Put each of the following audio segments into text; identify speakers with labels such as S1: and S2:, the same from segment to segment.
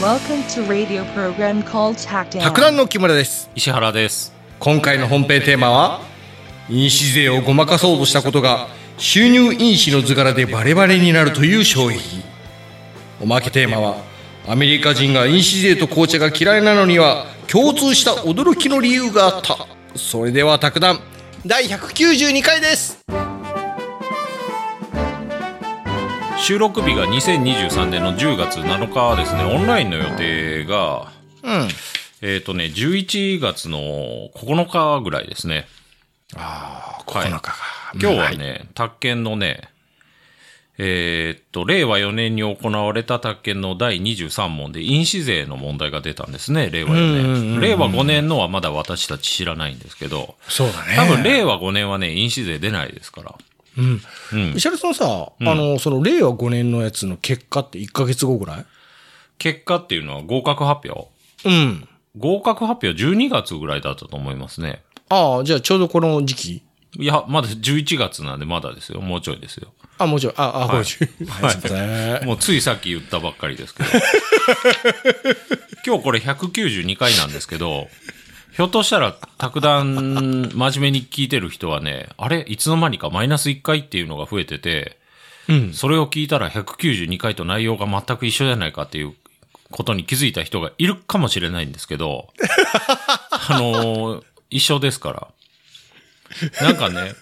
S1: Welcome to radio program called Hacked
S2: 博覧の木村です
S3: 石原です
S2: 今回の本編テーマは飲酒税をごまかそうとしたことが収入飲酒の図柄でバレバレになるという衝撃おまけテーマはアメリカ人が飲酒税と紅茶が嫌いなのには共通した驚きの理由があったそれでは卓談第192回です
S3: 収録日が2023年の10月7日はですねオンラインの予定が
S2: うん
S3: えっ、とね11月の9日ぐらいですね
S2: あ
S3: はい今日はね宅建のねえっと令和4年に行われた宅建の第23問で飲酒税の問題が出たんですね令和4年、
S2: うんうんうんうん
S3: 令和5年のはまだ私たち知らないんですけど
S2: そうだね
S3: 多分令和5年はね飲酒税出ないですから
S2: うん
S3: うん
S2: 石原さんさ、あのその令和5年のやつの結果って1か月後ぐらい
S3: 結果っていうのは合格発表
S2: うん
S3: 合格発表12月ぐらいだったと思いますね。
S2: ああじゃあちょうどこの時期
S3: いや、まだ11月なんでまだですよ。もうちょいですよ。
S2: あ、もちろん。あ、あ、
S3: はい
S2: ごめんなさい。はい
S3: もうついさっき言ったばっかりですけど。 今日これ192回なんですけど、ひょっとしたら、卓談真面目に聞いてる人はね、あれいつの間にかマイナス1回っていうのが増えてて、
S2: うん。
S3: それを聞いたら192回と内容が全く一緒じゃないかっていうことに気づいた人がいるかもしれないんですけど、あのー一緒ですから。なんかね、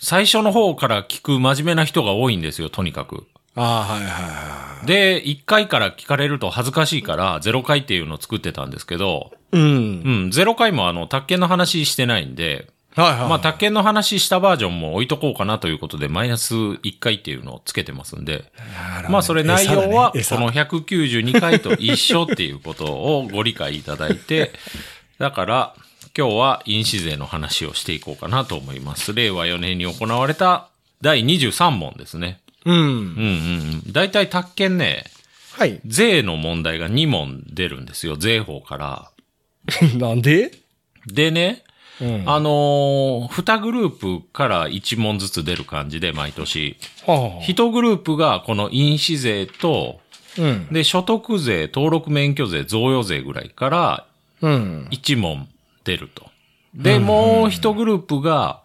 S3: 最初の方から聞く真面目な人が多いんですよ、とにかく。
S2: あはいはいは
S3: で、1回から聞かれると恥ずかしいから、0回っていうのを作ってたんですけど、
S2: い。う。
S3: うんん、0回もあの、宅建の話してないんで、
S2: はいはい。
S3: まあ、宅建の話したバージョンも置いとこうかなということで、マイナス1回っていうのをつけてますんで、まあそれ内容はこ
S2: 餌だね
S3: の192回と一緒っていうことをご理解いただいて、 だから今日は飲酒税の話をしていこうかなと思います。令和4年に行われた第23問ですね。
S2: 餌う。
S3: うんんうんうん。大体宅建ね、
S2: はい。
S3: 税の問題が2問出るんですよ、税法から。
S2: なんで
S3: でね、
S2: うん。
S3: あのー、2グループから1問ずつ出る感じで毎年。
S2: はあ
S3: 1グループがこの飲酒税と、
S2: うん。
S3: で、所得税、登録免許税、贈与税ぐらいから
S2: うん。
S3: 1問出ると。で、もう一グループが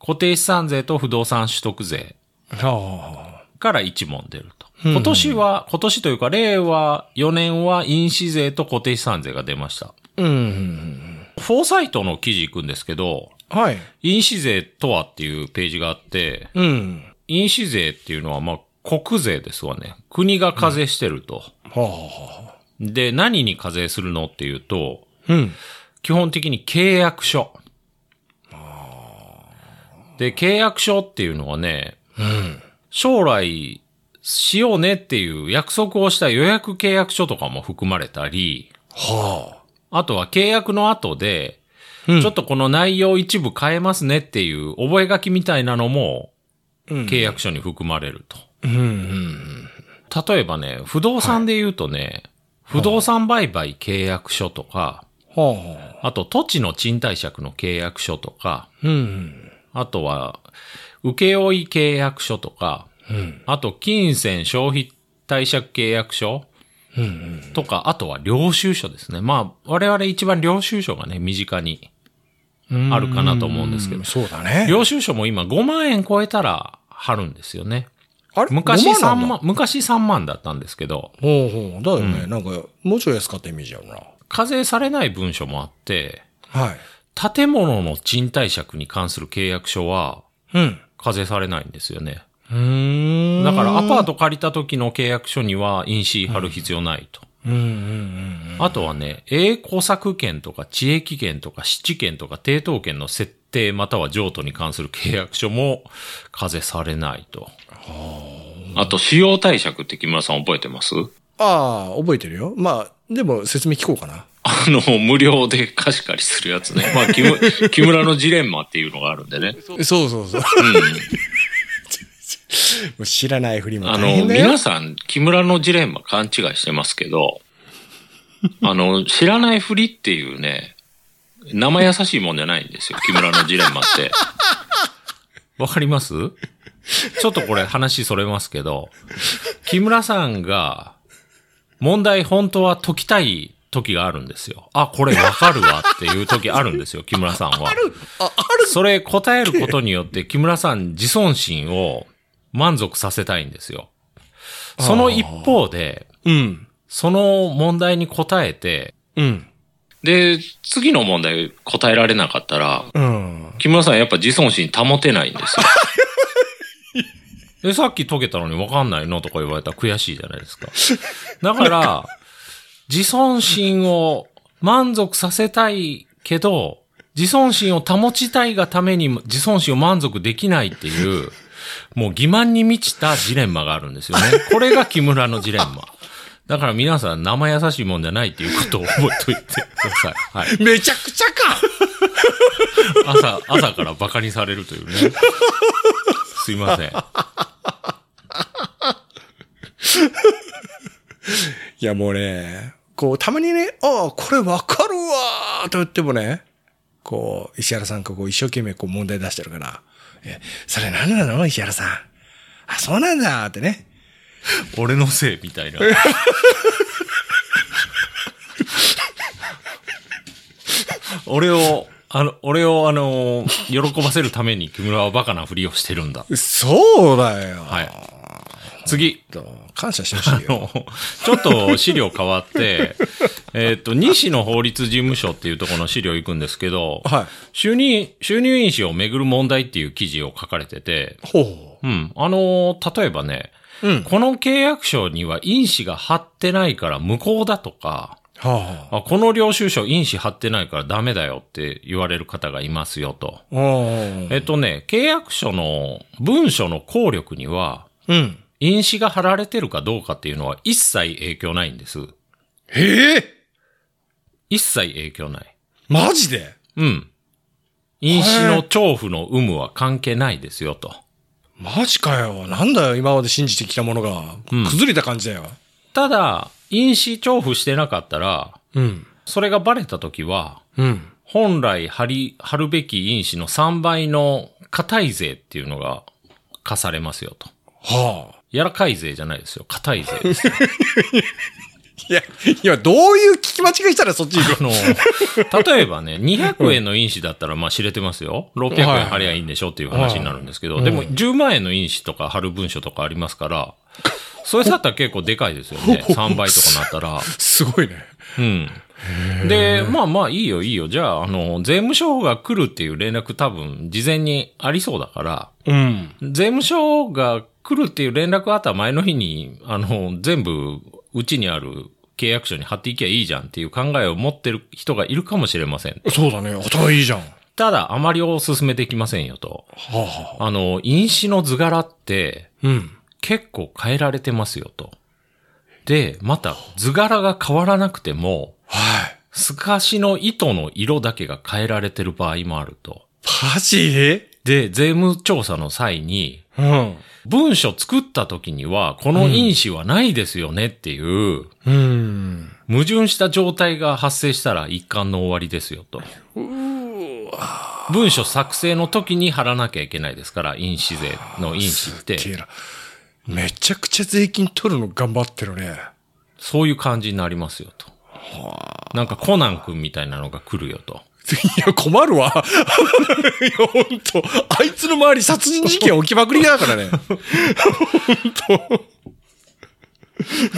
S3: 固定資産税と不動産取得税
S2: はあ。
S3: から1問出ると。
S2: うん
S3: 今年は、今年というか令和4年は印紙税と固定資産税が出ました。
S2: うん。
S3: フォーサイトの記事行くんですけど、
S2: はい。
S3: 印紙税とはっていうページがあって、
S2: うん。
S3: 印紙税っていうのはまあ国税ですわね。国が課税してると。
S2: はあ。
S3: で、何に課税するのっていうと、
S2: うん。
S3: 基本的に契約書。で、契約書っていうのはね、将来しようねっていう約束をした予約契約書とかも含まれたり、
S2: は
S3: あとは契約の後
S2: あ。
S3: で、
S2: うん
S3: ちょっとこの内容一部変えますねっていう覚書みたいなのも
S2: うん
S3: 契約書に含まれると。
S2: うんうん。
S3: 例えばね、不動産で言うとね、不動産売買契約書とか、
S2: はあ。
S3: あと土地の賃貸借の契約書とか、
S2: うん。
S3: あとは、請負契約書とか、
S2: うん。
S3: あと、金銭消費貸借契約書
S2: うん。
S3: とか、あとは領収書ですね。まあ、我々一番領収書がね、身近に
S2: うん
S3: あるかなと思うんですけど、
S2: そうだね。
S3: 領収書も今5万円超えたら貼るんですよね。
S2: あれ
S3: 昔
S2: ごま
S3: 3
S2: なんだ
S3: 万、昔3万だったんですけど、
S2: ほうほう。だよね。なんか、もうちょい安かったイメージあるな。
S3: 課税されない文書もあって、
S2: はい。
S3: 建物の賃貸借に関する契約書は
S2: うん。
S3: 課税されないんですよね。
S2: うん
S3: だからアパート借りた時の契約書には印紙貼る必要ないと。
S2: うんうんうん
S3: あとはね、A 工作権とか地域権とか湿地権とか抵当権の設定または譲渡に関する契約書も課税されないと。あと、使用貸借って木村さん覚えてます
S2: ああ、覚えてるよ。まあ、でも説明聞こうかな。
S3: あの、無料で貸し借りするやつ ね。まあ、木村木村のジレンマっていうのがあるんでね。
S2: そうそうそう。 知らないフリマ
S3: あ
S2: 大
S3: の、
S2: 変だよ
S3: 皆さん、木村のジレンマ勘違いしてますけど、 あの、知らないふりっていうね、生優しいもんじゃないんですよ、木村のジレンマ って。わかりますちょっとこれ話それますけど、木村さんが、問題本当は解きたい時があるんですよ。あ、これわかるわっていう時あるんですよ、木村さんは。ある
S2: あ、ある
S3: それ答えることによって木村さん自尊心を満足させたいんですよ。その一方で、
S2: うん。
S3: その問題に答えて、
S2: うん。
S4: で、次の問題答えられなかったら、
S2: うん。
S4: 木村さんやっぱ自尊心保てないんですよ。
S3: え、さっき解けたのにわかんないのとか言われたら悔しいじゃないですか。だ から、自尊心を満足させたいけど、自尊心を保ちたいがために自尊心を満足できないっていう、もう欺瞞に満ちたジレンマがあるんですよね。これが木村のジレンマ。だから皆さん生優しいもんじゃないっていうことを覚えといてください。はい。
S2: めちゃくちゃか
S3: 朝、朝から馬鹿にされるというね。 すいません。
S2: いやもうね、こう、たまにね、ああ、これわかるわーと言ってもね、こう、石原さんがこう一生懸命こう問題出してるから、え、それ何なの石原さん。あ、そうなんだーってね。
S3: 俺のせいみたいな。 俺を、あの、俺をあの、喜ばせるために木村はバカなふりをしてるんだ。
S2: そうだよ。
S3: はい。次。
S2: と感謝してほしい
S3: あ
S2: よ。
S3: のちょっと資料変わって、えっと、西の法律事務所っていうところの資料行くんですけど、
S2: はい
S3: 収入、収入印紙をめぐる問題っていう記事を書かれてて、
S2: ほう。
S3: うん。あのー例えばね、
S2: うん。
S3: この契約書には印紙が貼ってないから無効だとか、
S2: はあ。
S3: あこの領収書印紙貼ってないからダメだよって言われる方がいますよと。
S2: うん。
S3: えっとね、契約書の文書の効力には、
S2: うん。
S3: 印紙が貼られてるかどうかっていうのは一切影響ないんです。
S2: ええ
S3: 一切影響ない。
S2: マジで
S3: うん。印紙の調布の有無は関係ないですよと。
S2: マジかよ。なんだよ、今まで信じてきたものが。
S3: うん
S2: 崩れた感じだよ。
S3: ただ、印紙調布してなかったら、
S2: うん。
S3: それがバレた時は、
S2: うん。
S3: 本来貼り、貼るべき印紙の3倍の硬い税っていうのが課されますよと。
S2: はあ。
S3: 柔らかい税じゃないですよ。硬い税です。
S2: いや、今どういう聞き間違いしたらそっち行く
S3: あ の、例えばね、200円の印紙だったら、まあ知れてますよ。600円貼りゃいいんでしょっていう話になるんですけど、でも10万円の印紙とか貼る文書とかありますから、それだったら結構でかいですよ ね。3倍とかなったら。
S2: すごいね。
S3: うん。で、まあまあいいよいいよ。じゃあ、あの、税務署が来るっていう連絡多分事前にありそうだから、
S2: うん。
S3: 税務署が来るっていう連絡あった前の日に、あの、全部、うちにある契約書に貼っていきゃいいじゃんっていう考えを持ってる人がいるかもしれません。
S2: そうだね。頭いいじゃん。は
S3: ただ、あまりお勧めできませんよと。
S2: あ、はあ。
S3: あの、印紙の図柄って
S2: うん。
S3: 結構変えられてますよと。で、また、図柄が変わらなくても、
S2: はい。
S3: 透かしの糸の色だけが変えられてる場合もあると。
S2: マジ
S3: で、税務調査の際に、
S2: うん。
S3: 文書作った時には、この因子はないですよねっていう、
S2: うん。
S3: 矛盾した状態が発生したら一貫の終わりですよと。文書作成の時に貼らなきゃいけないですから、因子税の因子って、
S2: ティーラ。めちゃくちゃ税金取るの頑張ってるね。
S3: そういう感じになりますよと。なんかコナン君みたいなのが来るよと。
S2: いや、困るわ。 いや、ほんと。あいつの周り殺人事件起きまくりだ からね。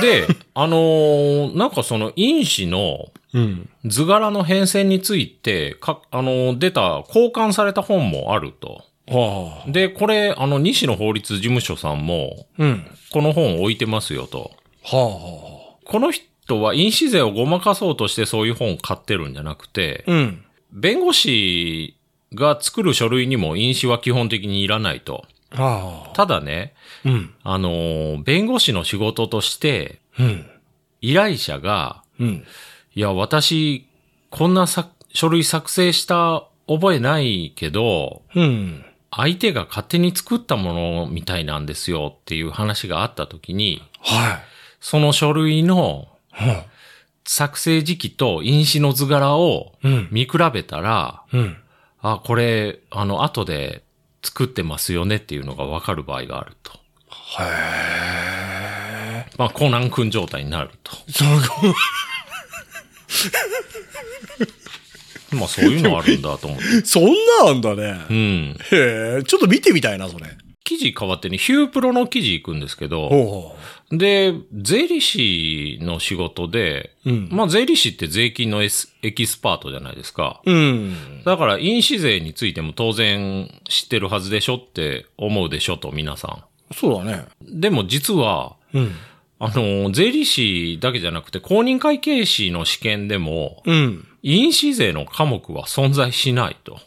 S3: で、あのーなんかその因子の
S2: うん。
S3: 図柄の変遷について、か、あのー出た、交換された本もあると。
S2: はあ。
S3: で、これ、あの、西野法律事務所さんも、
S2: うん。は
S3: この本を置いてますよと。
S2: あ、は
S3: この人は因子税をごまかそうとしてそういう本を買ってるんじゃなくて、
S2: あ。うん。
S3: 弁護士が作る書類にも因子は基本的にいらないと。
S2: はあ。
S3: ただね、
S2: うん。
S3: あのー弁護士の仕事として、
S2: うん。
S3: 依頼者が、
S2: うん。
S3: いや、私、こんなさ書類作成した覚えないけど、
S2: うん。
S3: 相手が勝手に作ったものみたいなんですよっていう話があった時に、
S2: は
S3: その書類の
S2: い。はあ。
S3: 作成時期と印紙の図柄を
S2: うん。
S3: 見比べたら、
S2: うん。
S3: あ、これ、あの、後で作ってますよねっていうのがわかる場合があると。
S2: へえ。
S3: まあ、コナン君状態になる と。
S2: そこ、
S3: まあ、そういうのあるんだと思って。
S2: そんなんだね。
S3: うん。
S2: へえ、ちょっと見てみたいな、それ。
S3: 記事変わってね、ヒュープロの記事行くんですけど、
S2: ほうほ
S3: で、税理士の仕事で、
S2: うん
S3: まあ税理士って税金のエスエキスパートじゃないですか。
S2: う。うん。
S3: だから、印紙税についても当然知ってるはずでしょって思うでしょと、皆さ
S2: そうだね。
S3: ん。でも実は、
S2: うん。
S3: あの、税理士だけじゃなくて、公認会計士の試験でも、
S2: うん。
S3: 印紙税の科目は存在しないと。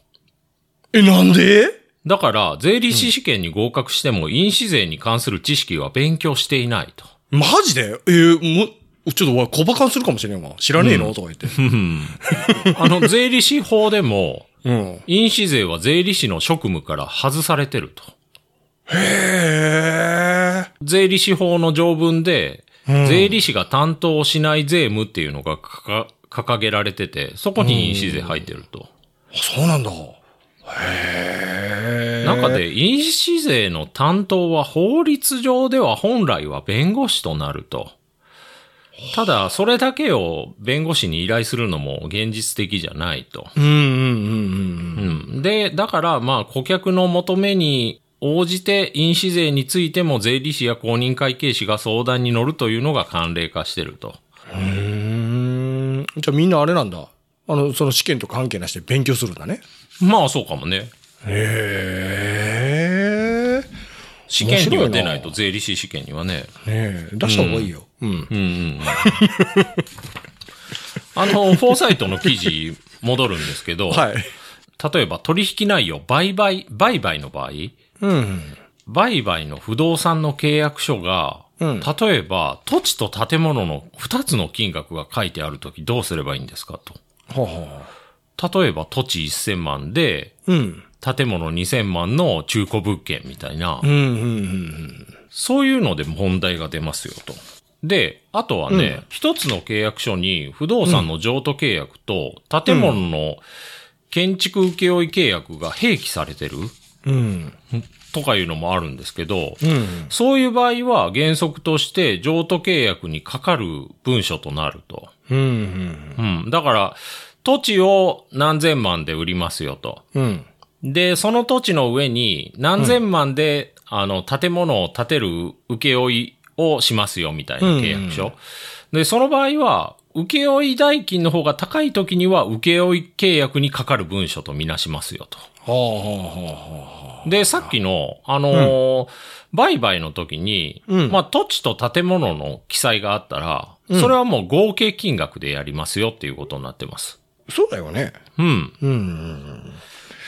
S2: え、なんで
S3: だから、税理士試験に合格しても、印紙税に関する知識は勉強していないと。
S2: マジでえー、も、ちょっとおい、小馬鹿にするかもしれんわ。知らねえの、とか言って。
S3: あの、税理士法でも、
S2: うん。
S3: 印紙税は税理士の職務から外されてると。
S2: へえ。
S3: 税理士法の条文で、
S2: ん
S3: 税理士が担当しない税務っていうのがかか掲げられてて、そこに印紙税入ってると。
S2: そうなんだ。へえ。
S3: 中で、印紙税の担当は法律上では本来は弁護士となると。ただ、それだけを弁護士に依頼するのも現実的じゃないと。
S2: うんうんうんうんうん。
S3: うん。で、だから、まあ、顧客の求めに応じて、印紙税についても税理士や公認会計士が相談に乗るというのが慣例化してると。
S2: うーん。じゃあみんなあれなんだ。あの、その試験と関係なしで勉強するんだね。
S3: まあ、そうかもね。
S2: へえ。
S3: 試験には出
S2: 面白
S3: ないいと、税理士試験にはね。
S2: ねえ、出した方がいいよ。うん。
S3: あの、フォーサイトの記事、戻るんですけど、
S2: はい。
S3: 例えば取引内容、売買、売買の場合、
S2: うん。
S3: 売買の不動産の契約書が、
S2: うん
S3: 例えば、土地と建物の2つの金額が書いてあるときどうすればいいんですかと。
S2: はは
S3: 例えば土地1000万で、
S2: うん。
S3: 建物2000万の中古物件みたいな、
S2: うん、うん、うん。
S3: そういうので問題が出ますよと。で、あとはね、一、つの契約書に不動産の譲渡契約と建物の建築請負契約が併記されてる
S2: うん。
S3: とかいうのもあるんですけど、
S2: うん。
S3: そういう場合は原則として譲渡契約にかかる文書となると。
S2: うん。
S3: うん。だから、土地を何千万で売りますよと。
S2: うん。
S3: で、その土地の上に何千万で、あの、建物を建てる請負をしますよ、みたいな契約書。で、その場合は、請負代金の方が高い時には、請負契約にかかる文書とみなしますよ、と。
S2: はあ、は
S3: で、さっきの、あのー売買の時に、
S2: うん
S3: まあ、土地と建物の記載があったら、それはもう合計金額でやりますよっていうことになってます。
S2: あ。そうだよね。
S3: うん。
S2: うん。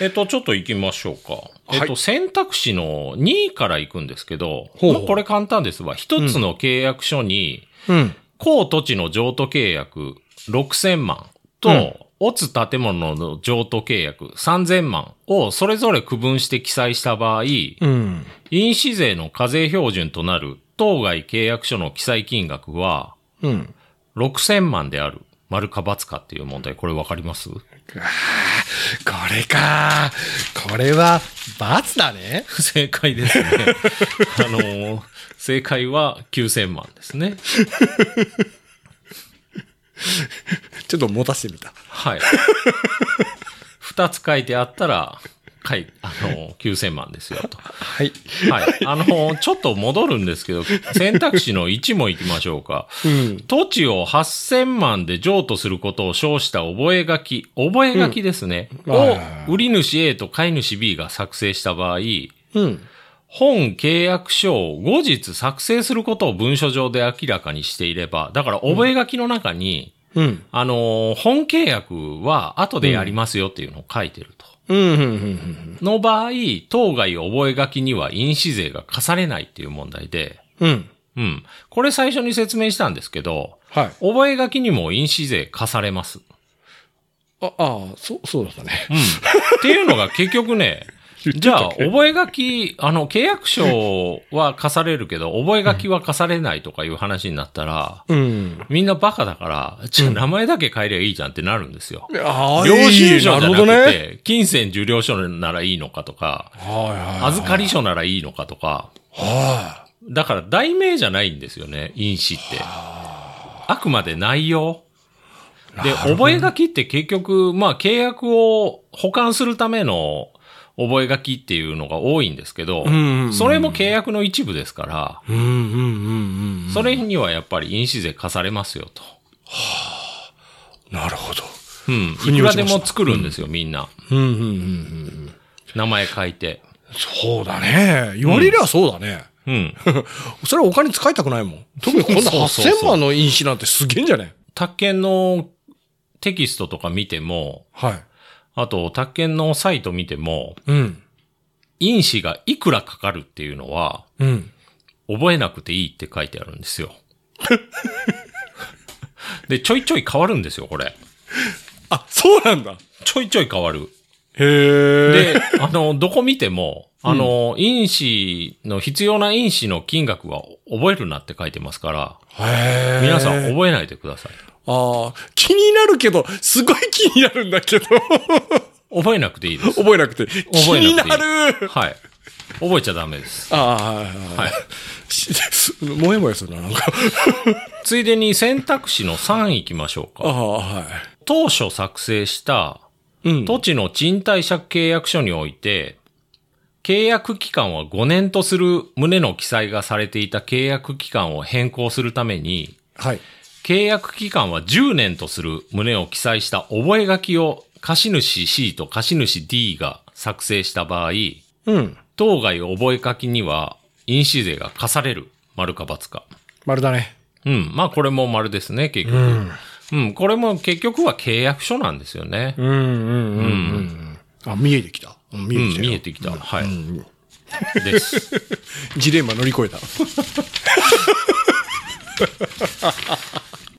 S3: えっと、ちょっと行きましょうか。
S2: はい
S3: えっと、選択肢の2位から行くんですけど、
S2: ほうほう
S3: まあこれ簡単ですわ。一つの契約書に、
S2: うん。
S3: 高土地の譲渡契約6000万と、
S2: うん
S3: オツ建物の譲渡契約3000万をそれぞれ区分して記載した場合、
S2: うん。
S3: 印紙税の課税標準となる当該契約書の記載金額は
S2: うん。
S3: 6000万である。丸か×かっていう問題、これわかります
S2: これか。これは、罰だね。
S3: 正解ですね。あのー正解は9000万ですね。
S2: ちょっと持たせてみた。
S3: はい。二つ書いてあったら、かい、あのー9000万ですよと。
S2: はい。
S3: はい。あのーちょっと戻るんですけど、選択肢の1も行きましょうか。
S2: うん。
S3: 土地を8000万で譲渡することを称した覚書、覚書ですね、
S2: うんはい
S3: を
S2: はいはい
S3: 売り主 A と買い主 B が作成した場合、
S2: うん。
S3: 本契約書を後日作成することを文書上で明らかにしていれば、だから覚書の中に、
S2: うん。
S3: あのー本契約は後でやりますよっていうのを書いてると。
S2: うん。うん。
S3: の場合、当該覚書には印紙税が課されないっていう問題で、
S2: うん。
S3: うん。これ最初に説明したんですけど、
S2: はい。
S3: 覚書にも印紙税課されます。
S2: あ、あ、そう、そうだった ね。
S3: うん。っていうのが結局ね、じゃあ、覚書、あの、契約書は課されるけど、覚書は課されないとかいう話になったら、
S2: うん。
S3: みんなバカだから、じゃあ名前だけ変えりゃいいじゃんってなるんですよ。
S2: あ
S3: 領収
S2: な
S3: 書じ
S2: る
S3: ゃな
S2: ほ
S3: く
S2: どね。
S3: て、金銭受領書ならいいのかとか、
S2: はいはい。
S3: 預かり書ならいいのかとか、
S2: は
S3: だから題名じゃないんですよね、因子って。あくまで内容。で、覚書って結局、まあ契約を保管するための覚書っていうのが多いんですけど
S2: うんうんうん、
S3: それも契約の一部ですから、
S2: うんうんうんうん。
S3: それにはやっぱり因子税課されますよと。
S2: なるほど。
S3: うん。
S2: に
S3: いく
S2: 落
S3: ら
S2: ちま
S3: で
S2: した
S3: も作るんですよ、みんな。
S2: うんうんうんうん。
S3: 名前書いて。
S2: そうだね。言われりゃそうだね。
S3: うん。
S2: それはお金使いたくないもん。特にこんな
S3: そうそうそう
S2: 8000万の印紙なんてすげえんじゃね
S3: 宅建のテキストとか見ても、
S2: はい。
S3: あと、宅建のサイト見ても、
S2: うん。
S3: 因子がいくらかかるっていうのは、
S2: うん。
S3: 覚えなくていいって書いてあるんですよ。 で、ちょいちょい変わるんですよ、これ。
S2: あ、そうなんだ。
S3: ちょいちょい変わる。
S2: へえ。
S3: で、あの、どこ見ても、あの、因子の、必要な因子の金額は覚えるなって書いてますから、
S2: へー
S3: 皆さん覚えないでください。
S2: ああ、気になるけど、すごい気になるんだけど、
S3: 覚えなくていいです。
S2: 覚えなくて。気
S3: 覚え
S2: に
S3: な
S2: な
S3: くていい
S2: る
S3: はい。覚えちゃダメです。
S2: ああ、はい
S3: はい。
S2: しもやもやするな、なんか。
S3: ついでに選択肢の3行きましょう
S2: あ
S3: か。
S2: あ、は
S3: 当初作成した
S2: い。うん。
S3: 土地の賃貸借契約書において、契約期間は5年とする旨の記載がされていた契約期間を変更するために、
S2: はい。
S3: 契約期間は10年とする旨を記載した覚書を貸主 C と貸主 D が作成した場合、
S2: うん。
S3: 当該覚書には印紙税が課される。丸か×か。
S2: 丸だね。
S3: うん。まあこれも丸ですね、結局。うん、これも結局は契約書なんですよね。
S2: うんうんうんうん。あ、見えてきた。うん見
S3: う
S2: え
S3: ん
S2: て、きたよ。
S3: 見えてきた。はい。です。
S2: ジレンマ乗り越えた。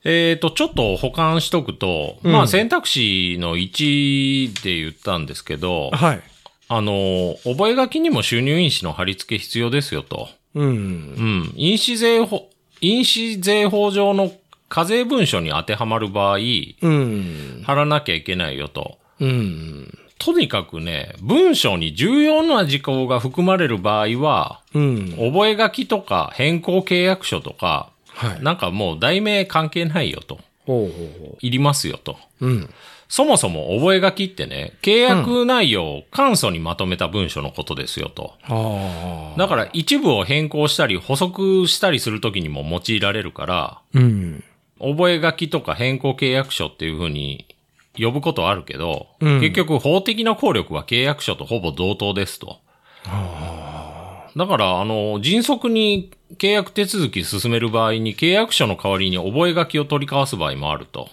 S3: えっと、ちょっと保管しとくと、まあ選択肢の1で言ったんですけど、
S2: はい。
S3: あの、覚書にも収入印紙の貼り付け必要ですよと。
S2: うん。
S3: うん。印紙税法、印紙税法上の課税文書に当てはまる場合、
S2: うん。
S3: 貼らなきゃいけないよと。
S2: うん。
S3: とにかくね、文章に重要な事項が含まれる場合は、
S2: うん。
S3: 覚書とか変更契約書とか、
S2: はい。
S3: なんかもう題名関係ないよと。
S2: ほうほうほ
S3: いりますよと。
S2: う。うん。
S3: そもそも覚書ってね、契約内容を簡素にまとめた文書のことですよと。
S2: ああ。
S3: だから一部を変更したり補足したりするときにも用いられるから、
S2: うん。
S3: 覚書とか変更契約書っていうふうに呼ぶことはあるけど、
S2: うん
S3: 結局法的な効力は契約書とほぼ同等ですと。だから、あの、迅速に契約手続き進める場合に契約書の代わりに覚書を取り交わす場合もあると。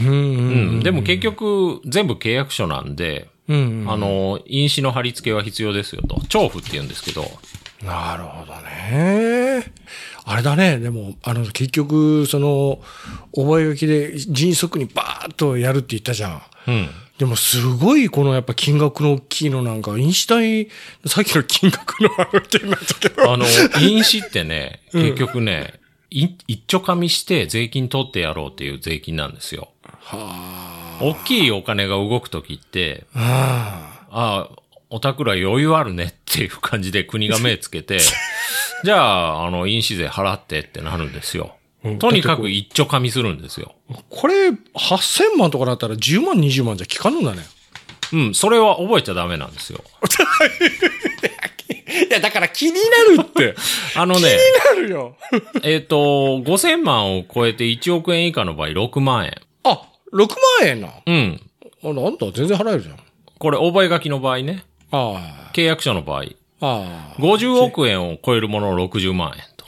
S2: うんう。
S3: うんん。でも結局全部契約書なんで、
S2: うん。
S3: あの、印紙の貼り付けは必要ですよと。調布って言うんですけど。
S2: なるほどね。あれだね。でも、あの、結局、その、覚書で迅速にバーッとやるって言ったじゃん。
S3: うん。
S2: でも、すごい、このやっぱ金額の大きいのなんか、インシュタイン、さっきの金額の話になっちゃうけど。
S3: あの、印紙ってね、結局ね、い一丁紙して税金取ってやろうっていう税金なんですよ。
S2: は
S3: 大きいお金が動くときって、
S2: あ。
S3: ああ、おたくら余裕あるねっていう感じで国が目つけ て、じゃあ、あの、印紙税払ってってなるんですよ。とにかく一丁紙するんですよ。
S2: これ、8000万とかだったら10万、20万じゃ効かんのだね。
S3: うん、それは覚えちゃダメなんですよ。
S2: いや、だから気になるって。
S3: あのね、
S2: 気になるよ。
S3: えっ、と、5000万を超えて1億円以下の場合6万円。
S2: あ、6万円な。あ、
S3: うん。
S2: なんだ、全然払えるじゃん。
S3: これ、覚書の場合ね。
S2: あ
S3: 契約書の場合。
S2: あ。ああ。
S3: 50億円を超えるものを60万円と。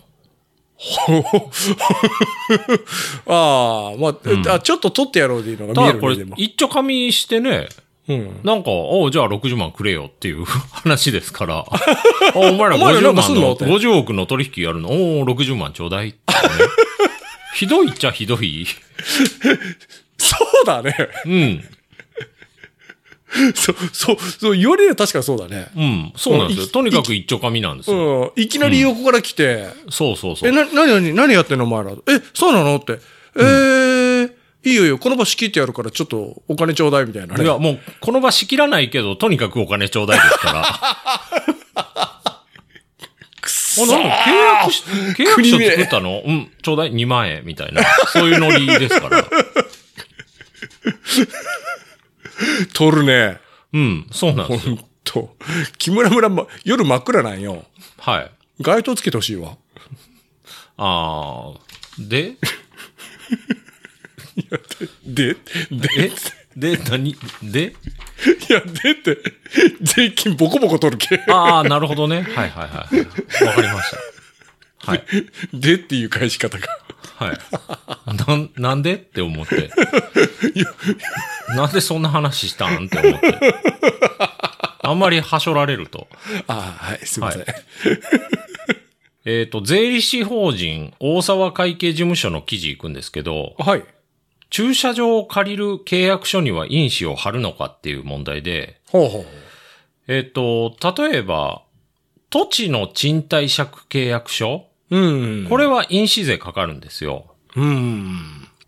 S2: ああ、まあ、あ、ちょっと取ってやろうでいいのが
S3: た
S2: 見え
S3: だ
S2: る
S3: こ
S2: ね、
S3: れ
S2: でも、。
S3: 一丁紙してね、
S2: うん。
S3: なんか、おうじゃあ60万くれよっていう 話ですから、あお前ら
S2: お前らな
S3: 50
S2: んか
S3: 万
S2: すんの
S3: の、
S2: って
S3: 50億の取引やるの、おう60万ちょうだいってね、ひどいっちゃひどい。
S2: そうだね。
S3: うん。
S2: そう、そう、そう、言われれば確かにそうだね。
S3: うん。そうなんです
S2: う
S3: よ。
S2: ん
S3: とにかく一丁紙なんですよ。
S2: うん。いきなり横から来て、
S3: そうそうそ
S2: え、
S3: う。
S2: な、なになに、何やってんのお前ら。え、そうなのって。えー、いいよいいよ、この場仕切ってやるからちょっとお金ちょうだいみたいな、ね。
S3: いや、もう、この場仕切らないけど、とにかくお金ちょうだいですから。
S2: くそ
S3: お、なんだ、契約し、契約書作ったのうん、ちょうだい2万円みたいな。そういうノリですから。
S2: 取るね。
S3: うん、そうなん
S2: ほ
S3: ですよ。
S2: んと。木村村、ま、夜真っ暗なんよ。
S3: はい。
S2: 街灯つけてほしいわ。
S3: あー、で、
S2: で、で、
S3: え、で、何、で、
S2: いや、でって、税金ボコボコ取るけ。
S3: あー、なるほどね。はいはいはい。わかりました。はい。
S2: でっていう返し方が。
S3: はい。なん、なんでって思って。なんでそんな話したんって思って。あんまりはしょられると。
S2: あはい、すいません。
S3: えっ、と、税理士法人大沢会計事務所の記事行くんですけど、
S2: はい。
S3: 駐車場を借りる契約書には印紙を貼るのかっていう問題で、
S2: ほうほう。
S3: えっ、と、例えば、土地の賃貸借契約書
S2: うん。
S3: これは印紙税かかるんですよ。
S2: うん。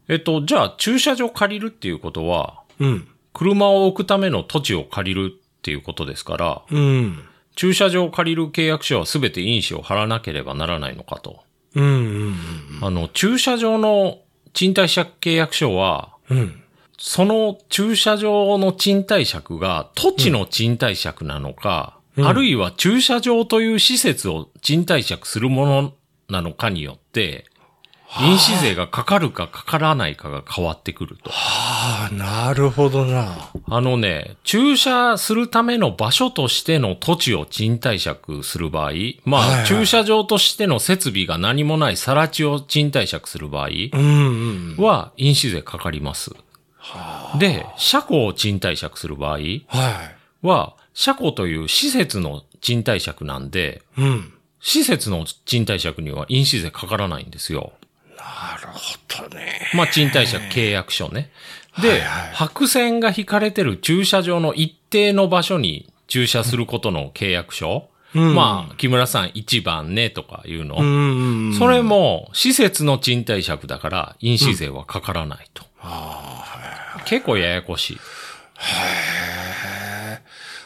S3: えっ、と、じゃあ駐車場借りるっていうことは、
S2: うん。
S3: 車を置くための土地を借りるっていうことですから、
S2: うん。
S3: 駐車場を借りる契約書は全て印紙を貼らなければならないのかと。
S2: うん。
S3: あの、駐車場の賃貸借契約書は、
S2: うん。
S3: その駐車場の賃貸借が土地の賃貸借なのか、あるいは駐車場という施設を賃貸借するものなのかによって、印紙税がかかるかかからないかが変わってくると。
S2: ああ、なるほどな。
S3: あのね、駐車するための場所としての土地を賃貸借する場合、まあ、
S2: はいはい
S3: 駐車場としての設備が何もない更地を賃貸借する場合
S2: うん、うん。
S3: は、印紙税かかります。で、車庫を賃貸借する場合
S2: は
S3: は、車庫という施設の賃貸借なんで、
S2: い。うん。
S3: 施設の賃貸借には印紙税かからないんですよ。
S2: なるほどね。
S3: まあ、賃貸借契約書ね。で、白線が引かれてる駐車場の一定の場所に駐車することの契約書。まあ、木村さん1番ねとかいうの。
S2: うん。
S3: それも、施設の賃貸借だから、印紙税はかからないと。結構ややこしい。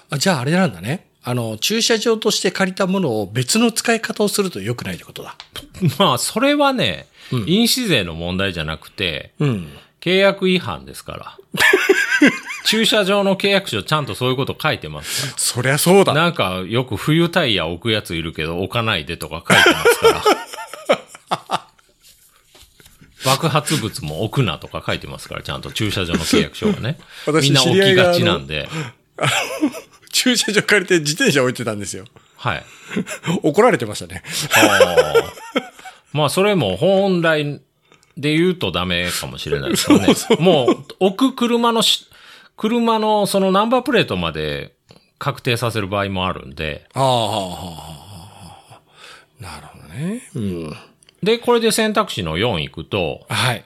S2: あじゃああれなんだね。あの、駐車場として借りたものを別の使い方をすると良くないってことだ。
S3: まあ、それはね、印紙税の問題じゃなくて、
S2: うん。
S3: 契約違反ですから。 駐車場の契約書ちゃんとそういうこと書いてますから
S2: そりゃそうだ。。
S3: なんかよく冬タイヤ置くやついるけど置かないでとか書いてますから。爆発物も置くなとか書いてますから、ちゃんと駐車場の契約書がね
S2: 私
S3: みんな置きがちなんで。
S2: 駐車場借りて自転車置いてたんですよ。
S3: はい。
S2: 怒られてましたね。
S3: あーまあそれも本来で言うとダメかもしれないですよね。もう置く車のし、車のそのナンバープレートまで確定させる場合もあるんで。
S2: ああ、なるほどね。うん。
S3: で、これで選択肢の4行くと、
S2: はい。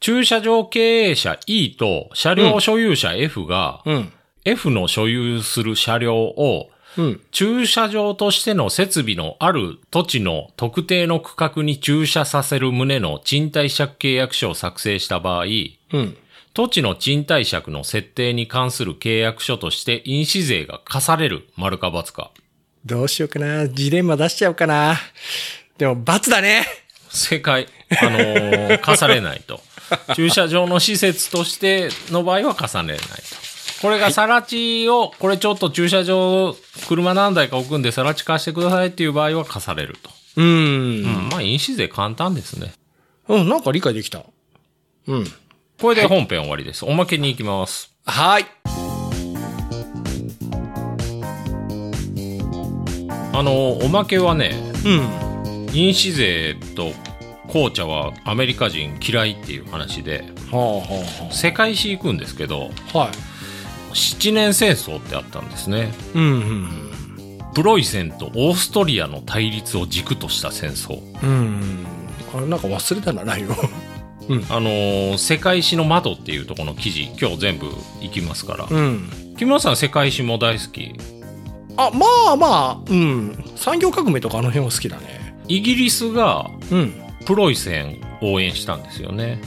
S3: 駐車場経営者 E と車両所有者 F が、
S2: ん
S3: F の所有する車両を、
S2: うん
S3: 駐車場としての設備のある土地の特定の区画に駐車させる旨の賃貸借契約書を作成した場合、
S2: うん。
S3: 土地の賃貸借の設定に関する契約書として印紙税が課される、丸か×か。
S2: どうしようかな。ジレンマ出しちゃおうかな。でも、罰だね。
S3: 正解。あのー課されない と。駐車場の施設としての場合は課されないと。これが更地を、これちょっと駐車場、車何台か置くんで更地貸してくださいっていう場合は課されると。
S2: うん。
S3: まあ、印紙税簡単ですね。
S2: うん、なんか理解できた。うん。
S3: これで本編終わりです。おまけに行きます。
S2: はい。
S3: あのーおまけはね、
S2: うん。
S3: 印紙税と紅茶はアメリカ人嫌いっていう話で、
S2: はあは
S3: 世界史行くんですけど、
S2: あはあ。はい。
S3: 七年戦争ってあったんですね。
S2: うん、うん。
S3: プロイセンとオーストリアの対立を軸とした戦争
S2: うん。あれ、なんか忘れたな、内容。
S3: あのー世界史の窓」っていうところの記事今日全部いきますから、
S2: うん。
S3: 木村さん世界史も大好き
S2: あ、まあまあ、うん。産業革命とかあの辺は好きだね。
S3: イギリスが
S2: うん。
S3: プロイセン応援したんですよね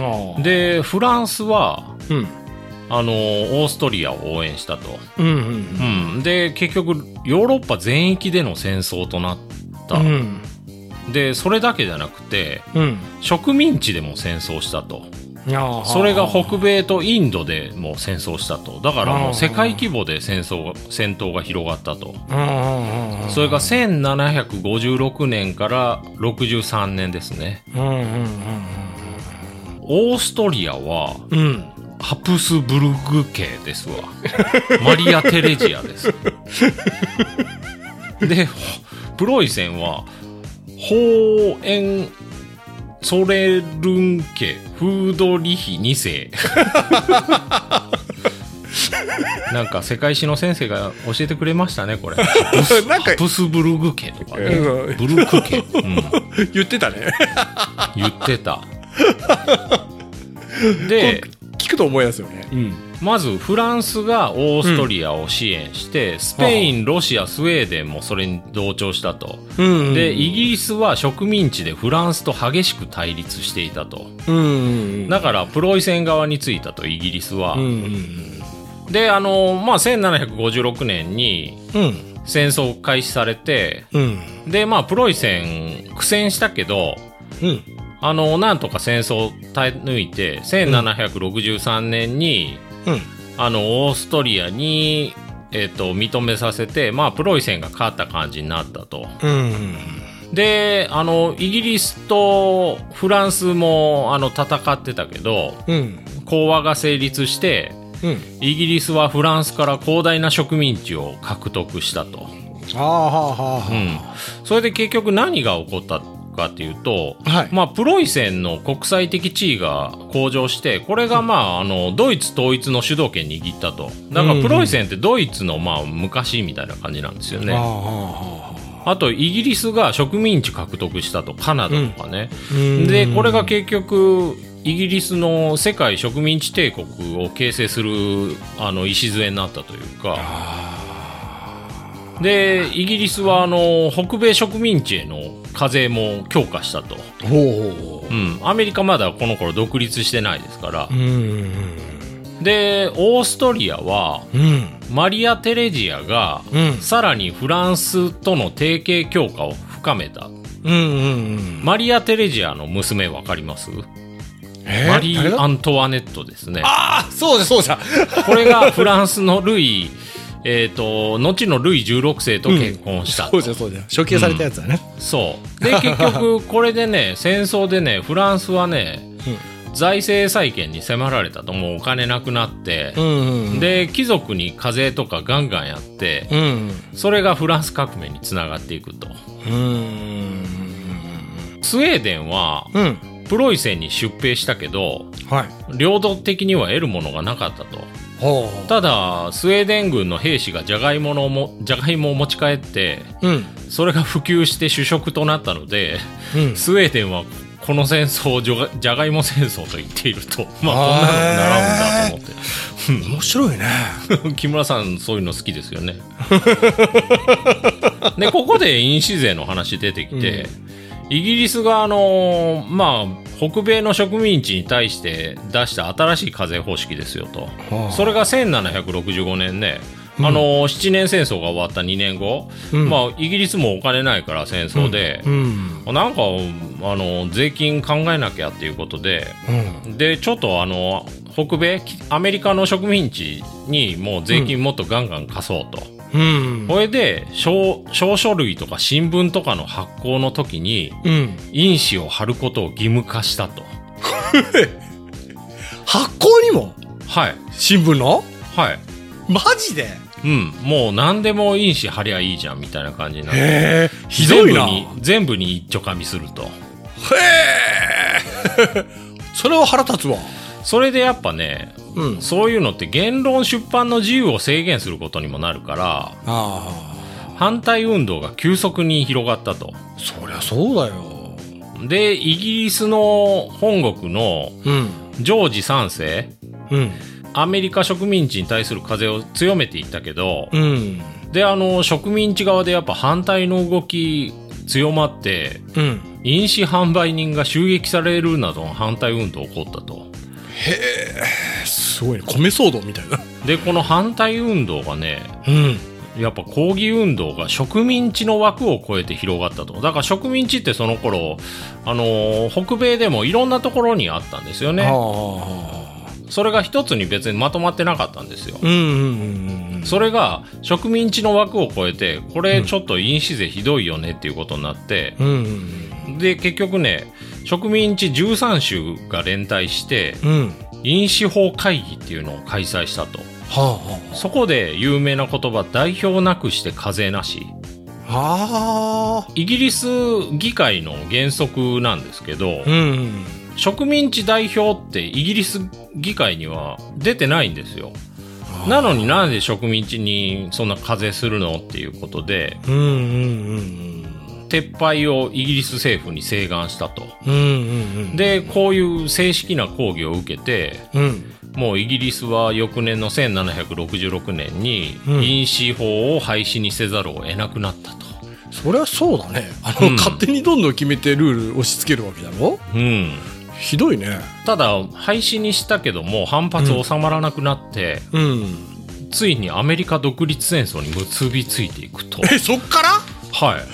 S2: ああ。、
S3: でフランスは
S2: うん。
S3: あのーオーストリアを応援したと、
S2: うん、うん。
S3: うん、で結局ヨーロッパ全域での戦争となった、
S2: うん。
S3: でそれだけじゃなくて
S2: うん。
S3: 植民地でも戦争したと
S2: あー
S3: それが北米とインドでも戦争したとだからもう世界規模で戦争が戦闘が広がったと
S2: うんうんうん。
S3: それが1756年から63年ですね
S2: うんうんうん
S3: オーストリアは
S2: うん。うん。
S3: ハプスブルグ家ですわマリア・テレジアですでほプロイセンはホーエンソレルン家フードリヒ2世なんか世界史の先生が教えてくれましたねこ れ
S2: なんか
S3: ハプスブルグ家とかね
S2: う
S3: ブルク家、うん
S2: 言ってたね。
S3: 言ってたで
S2: 聞くと思いますよね。
S3: まずフランスがオーストリアを支援して、スペインロシアスウェーデンもそれに同調したと、
S2: うん
S3: でイギリスは植民地でフランスと激しく対立していたと
S2: うんうん。
S3: だからプロイセン側についたとイギリスは、
S2: うんうん
S3: であのまあ1756年に
S2: うん。うん。
S3: 戦争開始されて
S2: うん。
S3: でまあプロイセン苦戦したけど
S2: うん。
S3: あのなんとか戦争を耐え抜いて1763年に、
S2: うん。
S3: あのオーストリアに、えっと認めさせて、まあ、プロイセンが勝った感じになったと
S2: うん。
S3: であのイギリスとフランスもあの戦ってたけど
S2: うん。
S3: 講和が成立して
S2: うん。
S3: イギリスはフランスから広大な植民地を獲得したと、
S2: ああ、はあ、はあ、
S3: う
S2: は
S3: ん、それで結局何が起こったかっていうと、
S2: はい
S3: まあ、プロイセンの国際的地位が向上してこれが、まあ、あのドイツ統一の主導権握ったとだか
S2: うんう
S3: ら
S2: ん
S3: プロイセンってドイツの、まあ、昔みたいな感じなんですよ
S2: あ。
S3: ね、
S2: ああ、は
S3: あとイギリスが植民地獲得したとカナダとかね、
S2: あ。うん
S3: でこれが結局イギリスの世界植民地帝国を形成するあの礎になったというかでイギリスはあの北米植民地への課税も強化したと、
S2: ほうほうほ
S3: うん、アメリカまだこの頃独立してないですから
S2: う。う、ん。
S3: でオーストリアは
S2: うん。うん。
S3: マリア・テレジアが
S2: うん
S3: さらにフランスとの提携強化を深めた
S2: うん。うん。
S3: マリア・テレジアの娘わかります
S2: えー
S3: マリ
S2: 誰
S3: ー・
S2: だ
S3: アントワネットですね。
S2: あ、そうじゃ、そうじゃ。
S3: これがフランスのルイ、えっ、と、後のルイ16世と結婚した。
S2: そうじゃ、そうじゃ。処刑されたやつだね。
S3: そう。で、結局、これでね、戦争でね、フランスはね、財政再建に迫られたと、もうお金なくなって、
S2: ん
S3: で、貴族に課税とかガンガンやって、
S2: うん。
S3: それがフランス革命につながっていくと。
S2: うん。
S3: スウェーデンは、
S2: うん。
S3: プロイセンに出兵したけど、
S2: はい。
S3: 領土的には得るものがなかったと。
S2: ほ
S3: ただスウェーデン軍の兵士がジャガイモのもジャガイモを持ち帰って
S2: う。うん。
S3: それが普及して主食となったので
S2: うん。
S3: スウェーデンはこの戦争をジョガジャガイモ戦争と言っているとまあこんなの習うんだと
S2: 面白いね。
S3: 思って 木村さんそういうの好きですよねでここで飲酒税の話出てきて、イギリスがあのーまあ北米の植民地に対して出した新しい課税方式ですよと。それが1765年ね、
S2: うん
S3: あの7年戦争が終わった2年後、
S2: うん
S3: まあ、イギリスもお金ないから戦争で
S2: う、ん。
S3: なんかあの税金考えなきゃっていうことで
S2: うん。
S3: でちょっとあの北米きアメリカの植民地にもう税金もっとガンガン貸そうと、
S2: うん。
S3: これで証証書類とか新聞とかの発行の時に
S2: うん。
S3: 印紙を貼ることを義務化したと
S2: 発行にも
S3: はい
S2: 新聞の
S3: はい
S2: マジで
S3: うんもう何でも印紙貼りゃいいじゃんみたいな感じになって
S2: へえ、ひどいな。
S3: 全部に全部に一丁噛みすると
S2: へえそれは腹立つわ。
S3: それでやっぱね
S2: うん。
S3: そういうのって言論出版の自由を制限することにもなるから
S2: あ
S3: 反対運動が急速に広がったと
S2: あ、そりゃそうだよ。
S3: でイギリスの本国の
S2: うん。
S3: ジョージ3世
S2: うん。
S3: アメリカ植民地に対する風を強めていったけど
S2: うん。
S3: であの植民地側でやっぱ反対の動き強まって
S2: うん。
S3: 飲酒販売人が襲撃されるなどの反対運動起こったと
S2: すごいね。米騒動みたいな。
S3: でこの反対運動がね
S2: うん。
S3: やっぱ抗議運動が植民地の枠を超えて広がったとだから植民地ってその頃あのー北米でもいろんなところにあったんですよ
S2: あ
S3: ね
S2: あ
S3: それが一つに別にまとまってなかったんですよ
S2: うんうんうんうん
S3: それが植民地の枠を超えてこれちょっと飲酒税ひどいよねっていうことになって、
S2: うんうん
S3: で結局ね植民地13州が連帯して
S2: うんうん
S3: 飲酒法会議っていうのを開催したと
S2: はあは
S3: そこで有名な言葉代表なくして課税なし
S2: あはあ
S3: イギリス議会の原則なんですけど、
S2: うんうん
S3: 植民地代表ってイギリス議会には出てないんですよ。なのになんで植民地にそんな課税するのっていうことで、
S2: うんうんうん
S3: 撤廃をイギリス政府に請願したと。
S2: うんうんうんうん
S3: で、こういう正式な抗議を受けて、
S2: うん
S3: もうイギリスは翌年の1766年に
S2: うん
S3: 飲酒法を廃止にせざるを得なくなったと。
S2: そりゃそうだねあの、
S3: うん
S2: 勝手にどんどん決めてルール押し付けるわけだろ
S3: うん。
S2: ひどいね
S3: ただ、廃止にしたけども反発収まらなくなって、
S2: うん
S3: ついにアメリカ独立戦争に結びついていくと。
S2: えそっから
S3: はい。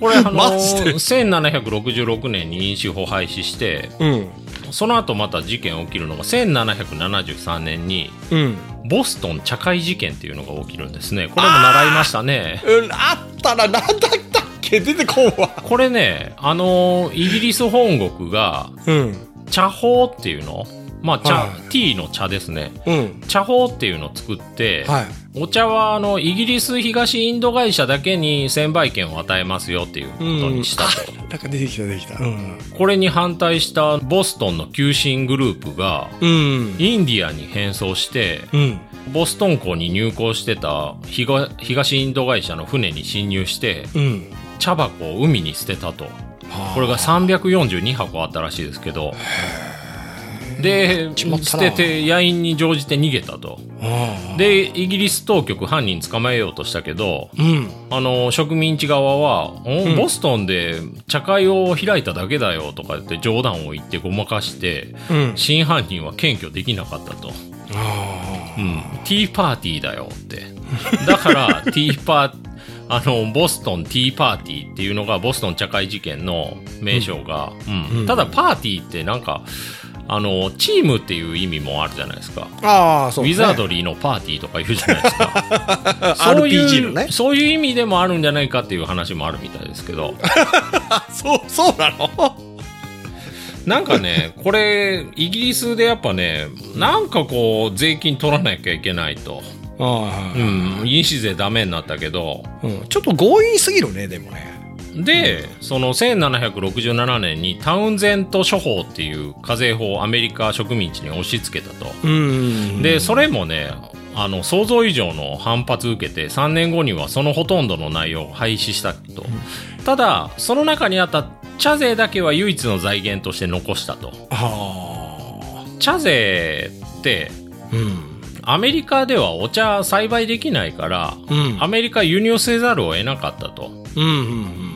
S3: これ、あ の
S2: マジで
S3: 1766年に飲酒法廃止して、
S2: うん
S3: その後また事件起きるのが1773年に、
S2: うん
S3: ボストン茶会事件っていうのが起きるんですね。これも習いましたね。
S2: うんあったらなんだったっけ出てこんわ
S3: これね、あの、イギリス本国が、
S2: うん
S3: 茶法っていうのまあ、茶、
S2: はい
S3: ティーの茶ですね。
S2: うん
S3: 茶法っていうのを作って、
S2: はい
S3: お茶はあのイギリス東インド会社だけに専売権を与えますよっていうことにしたと、
S2: なんか出てきた出てきたうん
S3: これに反対したボストンの急進グループが
S2: うん
S3: インディアに変装して
S2: うん
S3: ボストン港に入港してた東東インド会社の船に侵入して
S2: うん
S3: 茶箱を海に捨てたとこれが342箱あったらしいですけどで
S2: ちまった
S3: 捨
S2: な
S3: てて野因に乗じて逃げたと
S2: あで
S3: でイギリス当局犯人捕まえようとしたけど
S2: うん
S3: あの植民地側は、お
S2: うん
S3: ボストンで茶会を開いただけだよとか言って冗談を言ってごまかして
S2: うん
S3: 真犯人は検挙できなかったと、
S2: あ
S3: うん、ティーパーティーだよってだから ティーパーあのボストンティーパーティーっていうのがボストン茶会事件の名称が、うん
S2: うん
S3: ただパーティーってなんかあのチームっていう意味もあるじゃないですか
S2: ーあーそう
S3: ウ
S2: ね
S3: ィザードリーのパーティーとか言うじゃない ですか。そういう
S2: RPG のね
S3: そういう意味でもあるんじゃないかっていう話もあるみたいですけ ど。
S2: あそうそうなの
S3: なんかね、これ、イギリスでやっぱね、なんかこう、税金取らなきゃいけないと。
S2: あ
S3: うん、飲酒税ダメになったけど。
S2: ーうんちょっと強引すぎるねでもね
S3: で、その1767年にタウンゼント処方っていう課税法をアメリカ植民地に押し付けたと。
S2: うん
S3: で、それもね、あの、想像以上の反発受けて、3年後にはそのほとんどの内容を廃止したと。ただ、その中にあった茶税だけは唯一の財源として残したと。
S2: あ
S3: 茶税って、
S2: あうん
S3: アメリカではお茶栽培できないから、
S2: うん
S3: アメリカ輸入せざるを得なかったと。
S2: うんうん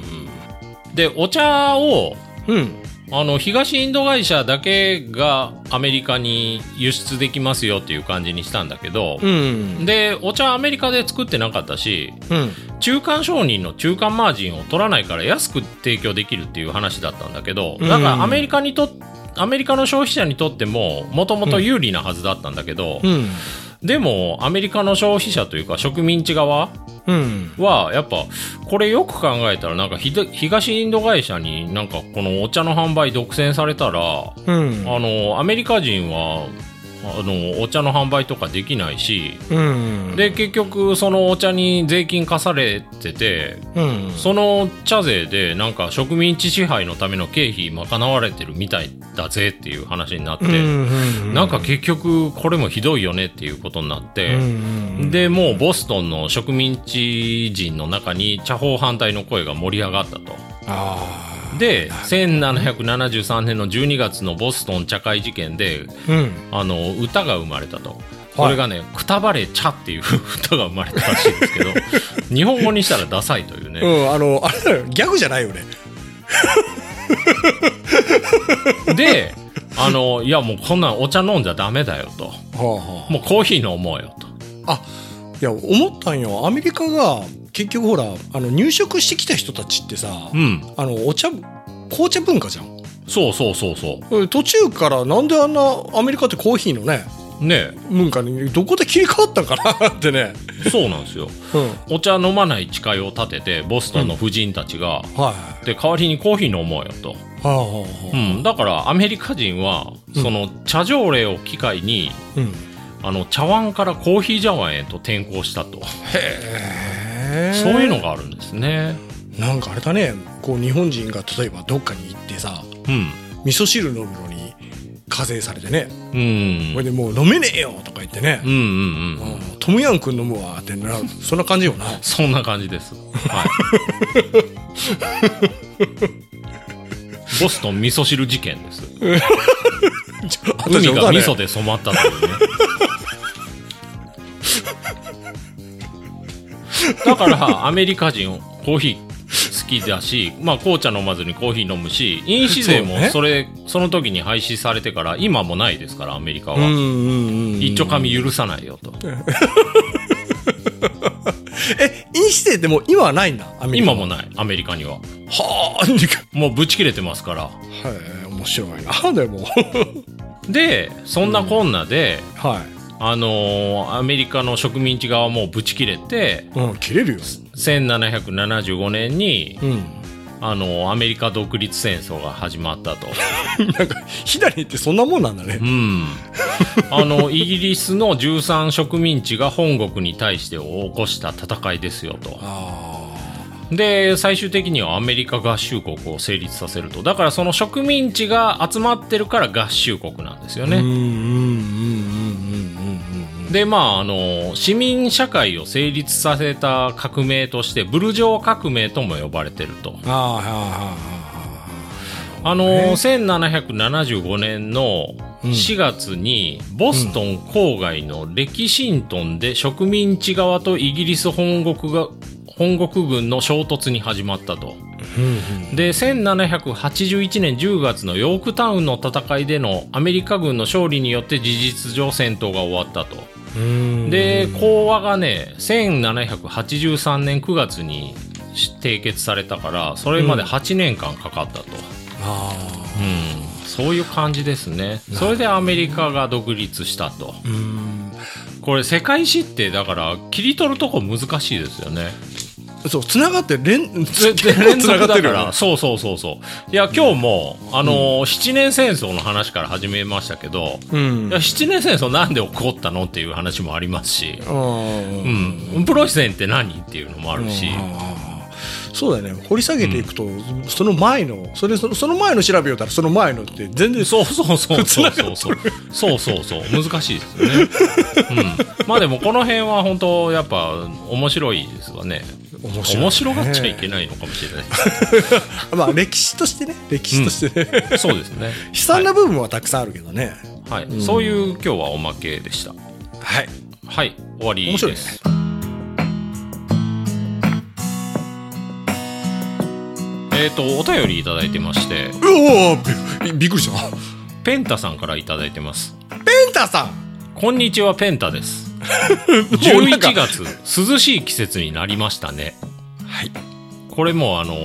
S3: で、お茶を、
S2: うんうん
S3: あの、東インド会社だけがアメリカに輸出できますよっていう感じにしたんだけど、
S2: うん
S3: で、お茶アメリカで作ってなかったし、
S2: うん
S3: 中間商人の中間マージンを取らないから安く提供できるっていう話だったんだけど、
S2: うん
S3: だからアメリカにとっアメリカの消費者にとってももともと有利なはずだったんだけど、
S2: うん
S3: でもアメリカの消費者というか植民地側
S2: うん
S3: はやっぱこれよく考えたらなんかひど東インド会社になんかこのお茶の販売独占されたら、
S2: うん
S3: あのアメリカ人はあのお茶の販売とかできないし、
S2: うん
S3: で結局そのお茶に税金課されてて
S2: うん
S3: その茶税でなんか植民地支配のための経費賄われてるみたいだぜっていう話になって、
S2: うん
S3: なんか結局これもひどいよねっていうことになっ
S2: うん
S3: て、
S2: うん
S3: でもうボストンの植民地人の中に茶法反対の声が盛り上がったと。
S2: あ
S3: で1773年の12月のボストン茶会事件で
S2: ーうん
S3: あの歌が生まれたと。これがね、くたばれ茶っていう歌が生まれたらしいです けど、日本語にしたらダサいというね。
S2: うんあのあれだよギャグじゃないよね
S3: で、あの、いやもうこんなんお茶飲んじゃダメだよと。
S2: はあは
S3: もうコーヒー飲もうよと。
S2: あいや思ったんよアメリカが結局ほらあの入植してきた人たちってさ、
S3: うん。
S2: あのお茶紅茶文化じゃん
S3: そうそうそうそ
S2: 途中からなんであんなアメリカってコーヒーのね
S3: う。ね
S2: 文化にどこで切り替わったんかなってね、
S3: えそうなんですよ。
S2: うん、
S3: お茶飲まない誓いを立てて、ボストンの婦人たちが、
S2: はい
S3: で、代わりにコーヒー飲もうよと。
S2: はあは
S3: う
S2: あ
S3: ん。だから、アメリカ人は、
S2: うん
S3: その、茶条例を機会に、
S2: うん
S3: あの、茶碗からコーヒー茶碗へと転向したと。
S2: へえ
S3: そういうのがあるんですね。
S2: なんかあれだねこう日本人が例えばどっかに行ってさ
S3: うん。
S2: 味噌汁飲むのに課税されてね、
S3: う
S2: これ
S3: ん。
S2: でもう飲めねえよとか言ってね
S3: うんう、んう
S2: うん
S3: ん。
S2: トムヤンくん飲むわってなそんな感じよな
S3: そんな感じです。はい。 ボストン味噌汁事件です。海が味噌で染まったというね。だから、アメリカ人、コーヒー好きだし、まあ、紅茶飲まずにコーヒー飲むし、飲酒税も
S2: そ
S3: それ、その時に廃止されてから、今もないですから、アメリカ
S2: うんう
S3: は。
S2: んうん
S3: 一丁紙許さないよと。
S2: え飲酒税ってもう今はないんだアメリカ
S3: 今もない、アメリカには。
S2: はあアメリカ
S3: もうぶち切れてますから。
S2: へえ面白いなでも
S3: で、そんなこんなで、
S2: はい
S3: あのーアメリカの植民地側もぶち切れて、
S2: うん切れるよ
S3: 1775年に、
S2: うん
S3: あのーアメリカ独立戦争が始まったと。
S2: なんか左ってそんなもんなんだね
S3: うん。 あの、イギリスの13植民地が本国に対して起こした戦いですよと。
S2: あ
S3: で、最終的にはアメリカ合衆国を成立させると。だからその植民地が集まってるから合衆国なんですよ
S2: あ
S3: ね。
S2: うんうんうんうんうんうんうん
S3: でまああの市民社会を成立させた革命としてブルジョー革命とも呼ばれてると
S2: ああはあ
S3: あの
S2: ね
S3: 1775年の
S2: うん
S3: 4月にボストン郊外のレキシントンで植民地側とイギリス本国が本国軍の衝突に始まったと。で1781年10月のヨークタウンの戦いでのアメリカ軍の勝利によって事実上戦闘が終わったと。
S2: うんうんうん
S3: で講和がね1783年9月に締結されたからそれまで8年間かかったと、
S2: あ
S3: うんそういう感じですねそれでアメリカが独立したと
S2: あうん
S3: これ世界史ってだから切り取るとこ難しいですよね
S2: そうつながって 連
S3: でで連
S2: つな
S3: 続
S2: がっ
S3: だ
S2: てる
S3: か
S2: よ
S3: ら
S2: ね
S3: そうそうそうそういや今日もあのー、7年戦争の話から始めましたけど、
S2: うん
S3: いや7年戦争なんで起こったのっていう話もありますし、
S2: うん
S3: うん、プロシセンって何っていうのもあるし、
S2: あーそうだよね掘り下げていくと、その前のそれそのその前の調べようたらその前のって全然
S3: そうそうそうそうそうそうそうそうそう難しいですよね、うん、まあでもこの辺は本当やっぱ面白いですわね
S2: 面白いね
S3: 面白がっちゃいけないのかもしれないで
S2: まあ歴史としてね歴史としてね、
S3: すそうです ね
S2: 悲惨な部分はたくさんあるけどね
S3: はい、そういう今日はおまけでした
S2: はい
S3: はい終わり
S2: 面白い
S3: で
S2: ですす
S3: えっ、とお便りいただいてまし
S2: う
S3: て
S2: おーびびっくりした
S3: ペンタさんからいただいてます
S2: ペンタさん
S3: こんにちはペン タです
S2: もうなんか
S3: 11月涼しい季節になりましたね
S2: はい
S3: これもうあの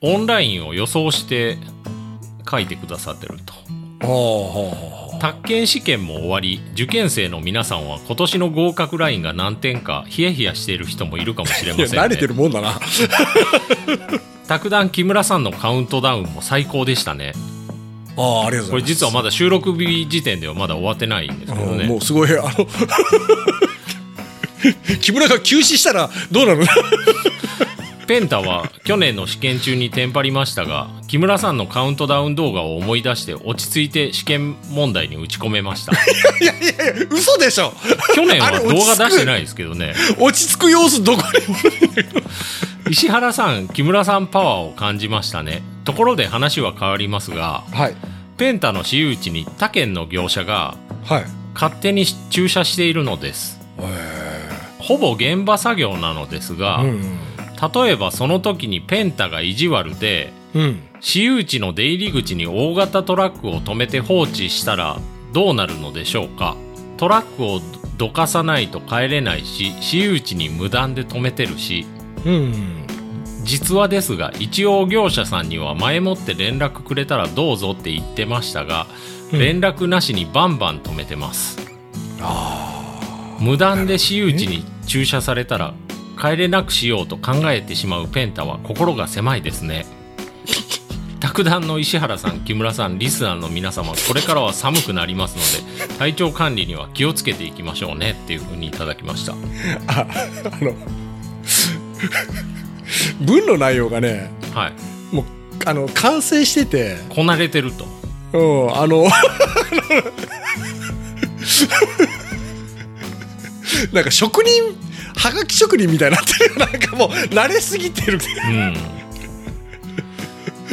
S3: オンラインを予想して書いてくださってると
S2: おー
S3: 宅建試験も終わり受験生の皆さんは今年の合格ラインが何点かヒヤヒヤしている人もいるかもし
S2: い
S3: れ
S2: や
S3: ません、ね、
S2: 慣れてるもんだな
S3: 卓談木村さんのカウントダウンも最高でしたね
S2: あーありがとうござい
S3: こ
S2: ます
S3: れ実はまだ収録日時点ではまだ終わってないんですけど
S2: うんも
S3: ね
S2: うすごいあの 木村が急死したらどうなる
S3: ペンタは去年の試験中にテンパりましたが木村さんのカウントダウン動画を思い出して落ち着いて試験問題に打ち込 めました
S2: いやいやいや嘘でしょ
S3: 去年は動画出して
S2: い
S3: ないですけどね
S2: 落ち着く様子どこにも
S3: 石原さん木村さんパワーを感じましたねところで話は変わりますが
S2: はい
S3: ペンタの私有地に他県の業者が
S2: はい
S3: 勝手に駐車しているのですほぼ現場作業なのですが、
S2: うん
S3: 例えばその時にペンタが意地悪で
S2: うん
S3: 私有地の出入り口に大型トラックを止めて放置したらどうなるのでしょうかトラックをどかさないと帰れないし私有地に無断で止めてるし
S2: うん。
S3: 実はですが一応業者さんには前もって連絡くれたらどうぞって言ってましたが
S2: うん
S3: 連絡なしにバンバン止めてます、無断で私有地に駐車されたら帰れなくしようと考えてしまうペンタは心が狭いですね 卓談の石原さん木村さんリスナーの皆様これからは寒くなりますので体調管理には気をつけていきましょうねっていうふうにいただきました
S2: あ、あの、文の内容がね、
S3: はい
S2: もう、あの、完成してて、
S3: こなれてると
S2: うん、あの、 なんか職人、はがき職人みたいになってるよなんかもう、慣れすぎてる。
S3: うん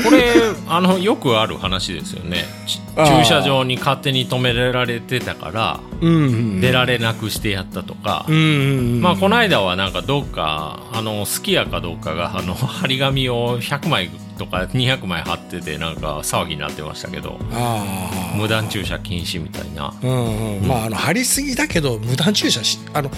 S3: これあのよくある話ですよねち
S2: あー
S3: 駐車場に勝手に止められてたから
S2: うん
S3: 出られなくしてやったとか、
S2: うんうん。
S3: まあこの間はなんかどっかあのすき家かどうかがあの 張り紙を100枚とか200枚貼っててなんか騒ぎになってましたけど
S2: あ
S3: 無断駐車禁止みたいな
S2: あ。うんうん、まああの張りすぎだけど無断駐車しあの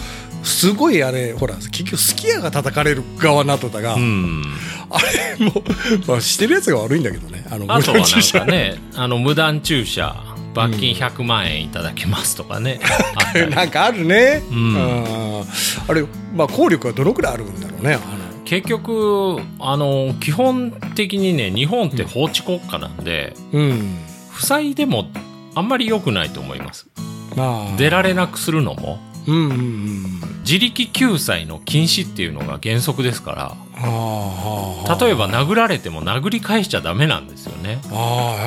S2: すごいあれほら結局すき家が叩かれる側になっとったが、
S3: うん
S2: あれもう、まあ、してるやつが悪いんだけどねあの
S3: あとは
S2: 無断
S3: な
S2: 駐
S3: ん
S2: 車
S3: かねあの無断駐車罰金100万円いただけますと かね、あったり
S2: なんかあるね、うんあれ、まあ、効力はどのくらいあるんだろうねあの
S3: 結局あの基本的にね日本って法治国家なんで、
S2: うん
S3: 塞いでもあんまり良くないと思います
S2: まあ
S3: 出られなくするのも
S2: うんうんうん
S3: 自力救済の禁止っていうのが原則ですか
S2: ああはあ
S3: ら例えば殴られても殴り返しちゃダメなんですよね
S2: ああはいはいは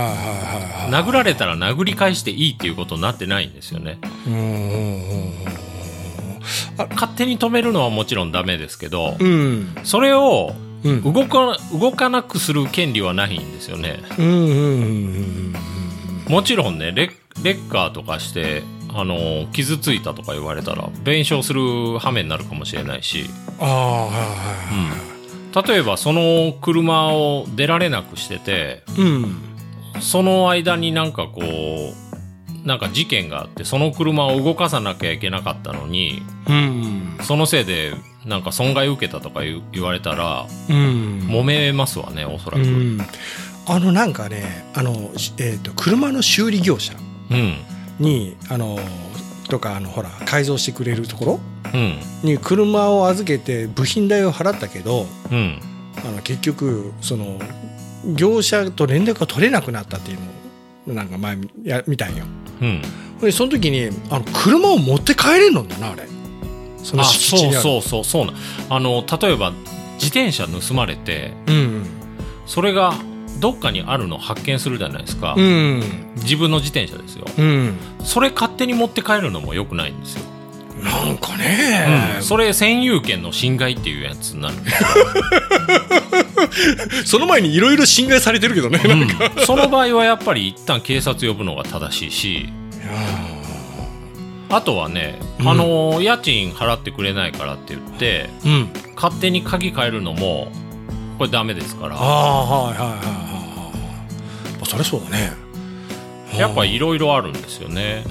S2: いはい
S3: 殴られたら殴り返していいっていうことになってないんですよね
S2: うんうんうん
S3: 勝手に止めるのはもちろんダメですけど
S2: うん
S3: それを
S2: うん
S3: 動か動かなくする権利はないんですよね
S2: うんうんうんうん
S3: もちろんねレッレッカーとかしてあの傷ついたとか言われたら弁償する羽目になるかもしれないし、
S2: ああはいは
S3: うん、例えばその車を出られなくしてて
S2: いはいうん
S3: その間になんかこうなんか事件があってその車を動かさなきゃいけなかったのに
S2: うん
S3: そのせいでなんか損害受けたとか言う言われたら
S2: うん
S3: 揉めますわねおそら
S2: う
S3: く。
S2: んあのなんかねあの、しえー、と車の修理業者
S3: うん
S2: にあのとかあのほら改造してくれるところ
S3: うん
S2: に車を預けて部品代を払ったけど
S3: うん
S2: あの結局その業者と連絡が取れなくなったっていうのをなんか前みや見たんよ
S3: うん、
S2: でその時にあの車を持って帰れるのだなあれその
S3: あ
S2: 敷地
S3: そう
S2: にある
S3: そうそうそうなんあの例えば自転車盗まれて
S2: うん
S3: それがどっかにあるのを発見するじゃないですか、
S2: うん
S3: 自分の自転車ですよ
S2: うん
S3: それ勝手に持って帰るのも良くないんですよ、
S2: なんかね、
S3: それ占有権の侵害っていうやつになるんですよ、
S2: その前にいろいろ侵害されてるけどね、
S3: う
S2: い
S3: ん、その場合はやっぱり一旦警察呼ぶのが正しいし
S2: や
S3: あとはね、
S2: うん
S3: あの家賃払ってくれないからって言って
S2: ーうん
S3: 勝手に鍵変えるのもこれダメですから
S2: ああはいはいはいはいはいそりゃそうだね
S3: やっぱいろいろあるんですよね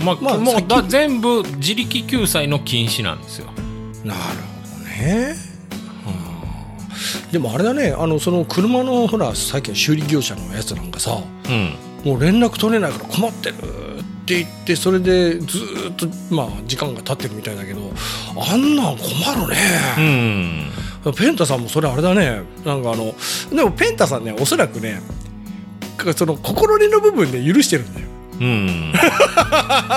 S2: うん
S3: まあ、
S2: まあ
S3: もうだ
S2: 先
S3: 全部自力救済の禁止なんですよ
S2: なるほどね、うん、でもあれだねあのその車のほらさっきの修理業者のやつなんかさ
S3: うん
S2: もう連絡取れないから困ってるって言ってそれでずーっとまあ時間が経ってるみたいだけどあんなん困るね、
S3: うん
S2: ペンタさんもそれあれだねなんかあのでもペンタさんねおそらくねその心根の部分で許してるんだよ
S3: う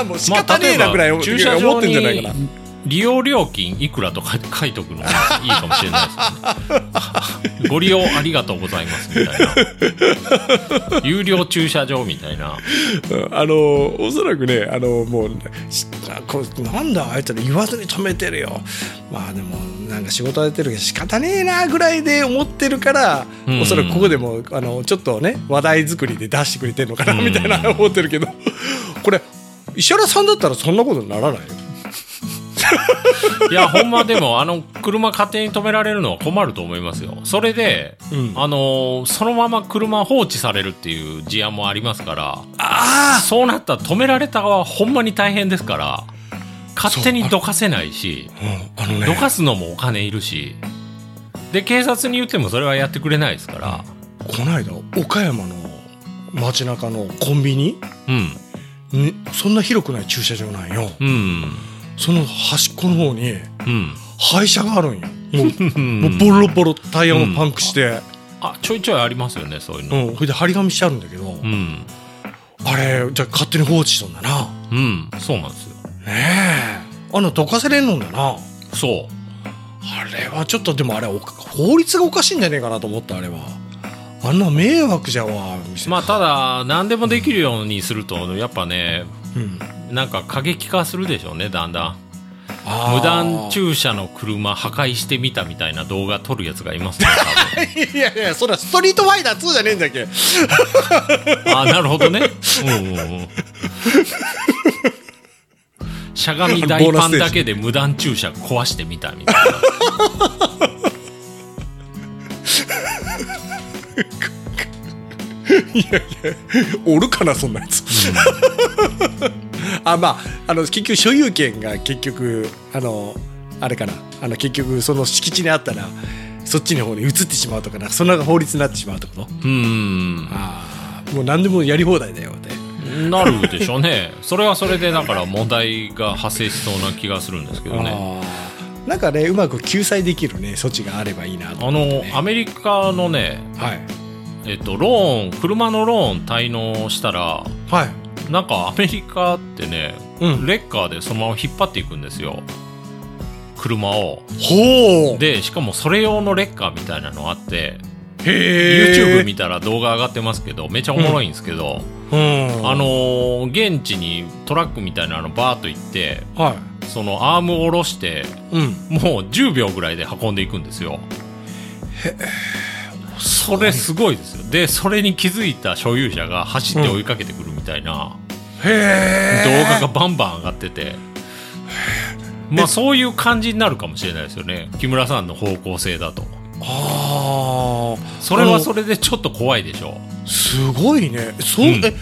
S3: ん
S2: もう仕方ねえなぐらい思って
S3: 駐
S2: る
S3: 車
S2: 思
S3: 場
S2: ってん
S3: に
S2: じゃないかな
S3: 利用料金いくらとか 書いとくのがいいかもしれないですね ご利用ありがとうございますみたいな有料駐車場みたいな
S2: うんあのおそらくねあのもうしあこうなんだあいつら言わずに止めてるよまあでもなんか仕事やってるけど仕方ねえなぐらいで思ってるから、
S3: うん
S2: おそらくここでもあのちょっとね話題作りで出してくれてるのかな、みたいな思ってるけどこれ石原さんだったらそんなことにならないよ
S3: いやほんまでもあの車勝手に止められるのは困ると思いますよそれで、
S2: うん
S3: あのーそのまま車放置されるっていう事案もありますから
S2: あ
S3: そうなったら止められた側はほんまに大変ですから勝手にどかせないし、
S2: うん、あのね
S3: どかすのもお金いるし、で、警察に言ってもそれはやってくれないですから、
S2: こないだ岡山の街中のコンビニ
S3: うん、
S2: にそんな広くない駐車場なんよ
S3: うん、
S2: その端っこの方に
S3: うん。
S2: 廃車があるんよもう
S3: も
S2: もうボロボロタイヤもパンクして、
S3: あ、ちょいちょいありますよね、そういう
S2: う
S3: の。
S2: んそれで張り紙してあるんだけど、
S3: うん、
S2: あれじゃあ勝手に放置しとんだな
S3: うん、そうなんですよ。
S2: ねえあのどかせれんのんだな
S3: そう。
S2: あれはちょっとでもあれおか法律がおかしいんじゃねえかなと思ったあれはあんな迷惑じゃわ店
S3: まあ、ただ、何でもできるようにすると、やっぱね、
S2: うん
S3: なんか過激化するでしょうね、だんだん。
S2: あー
S3: 無断駐車の車破壊してみたみたいな動画撮るやつがいますね。
S2: いやいやそれはストリートファイター2じゃねえんだっけ
S3: 多分あーなるほどね。うんうんうん。しゃがみ大パンだけで無断駐車壊してみたみたいな。
S2: おるかなそんなやつ あまああの結局所有権が結局あのあれかなあの結局その敷地にあったらそっちの方に移ってしまうとかなそんな法律になってしまうってこと
S3: うん。
S2: ああもう何でもやり放題だよって
S3: なるでしょうね。それはそれでだから問題が発生しそうな気がするんですけどね。
S2: あーなんかねうまく救済できるね措置があればいいなと
S3: あの、アメリカのね、
S2: はい
S3: えっと、ローン、車のローン滞納したら、
S2: はい
S3: なんかアメリカってね、
S2: うん
S3: レッカーでそのまま引っ張っていくんですよ車を
S2: ほう
S3: でしかもそれ用のレッカーみたいなのあって、
S2: へ
S3: YouTube 見たら動画上がってますけどめちゃおもろいんですけど、
S2: うん
S3: あのー現地にトラックみたいなのバーッと行って
S2: は
S3: そのアームを下ろして
S2: いうん
S3: もう10秒ぐらいで運んでいくんですよそれすごいですよでそれに気づいた所有者が走って追いかけてくるみたいな、
S2: へえ
S3: 動画がバンバン上がってて、まあそういう感じになるかもしれないですよね木村さんの方向性だと
S2: ああ
S3: それはそれでちょっと怖いでしょ
S2: すごいねそう、
S3: うん
S2: え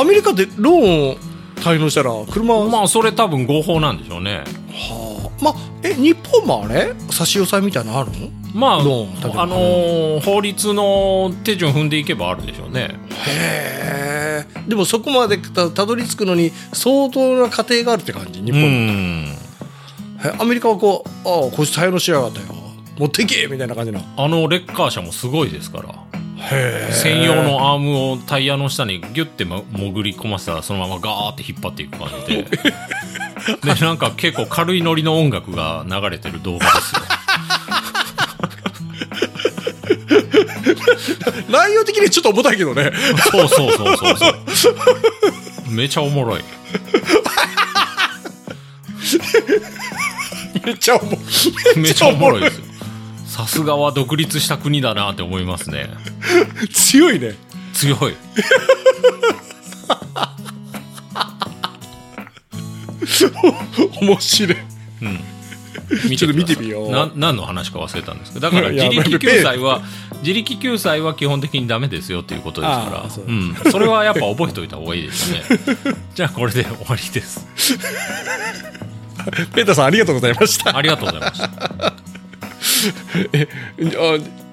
S2: アメリカでローンを滞納したら車は、
S3: まあそれ多分合法なんでしょうね
S2: はあまあえ日本もあれ差し押さえみたいなのあるのへ
S3: まああ
S2: どう例えば
S3: のー法律の手順踏んでいけばあるでしょうね
S2: えでもそこまでたたどり着くのに相当な過程があるって感じ日
S3: う
S2: 本、
S3: ん
S2: えアメリカはこう「ああこいつ滞納しやがったよ持ってけ!」みたいな感じな
S3: あのレッカー車もすごいですから
S2: へ
S3: 専用のアームをタイヤの下にギュッても潜り込ませたらそのままガーって引っ張っていく感 じででなんか結構軽いノリの音楽が流れてる動画ですよ
S2: 内容的にちょっと重たいけどね
S3: そうそうそうそうそう。めちゃおもろい。
S2: めっちゃ重い
S3: めちゃおもろいですよ。さすがは独立した国だなって思いますね。
S2: 強いね
S3: 強い。
S2: 面白い
S3: 見
S2: ちょっと見てみ
S3: くださ
S2: よ
S3: いうな何の話か忘れたんですけど、だから
S2: いや
S3: 自力救済は、自力救済は基本的にダメですよっていうことです
S2: あ
S3: か
S2: ーそう
S3: ら、うん。それはやっぱ覚えておいた方がいいですね。 じゃあこれで終わりです。
S2: ペーターさんありがとうございました
S3: ありがとうございました。
S2: あ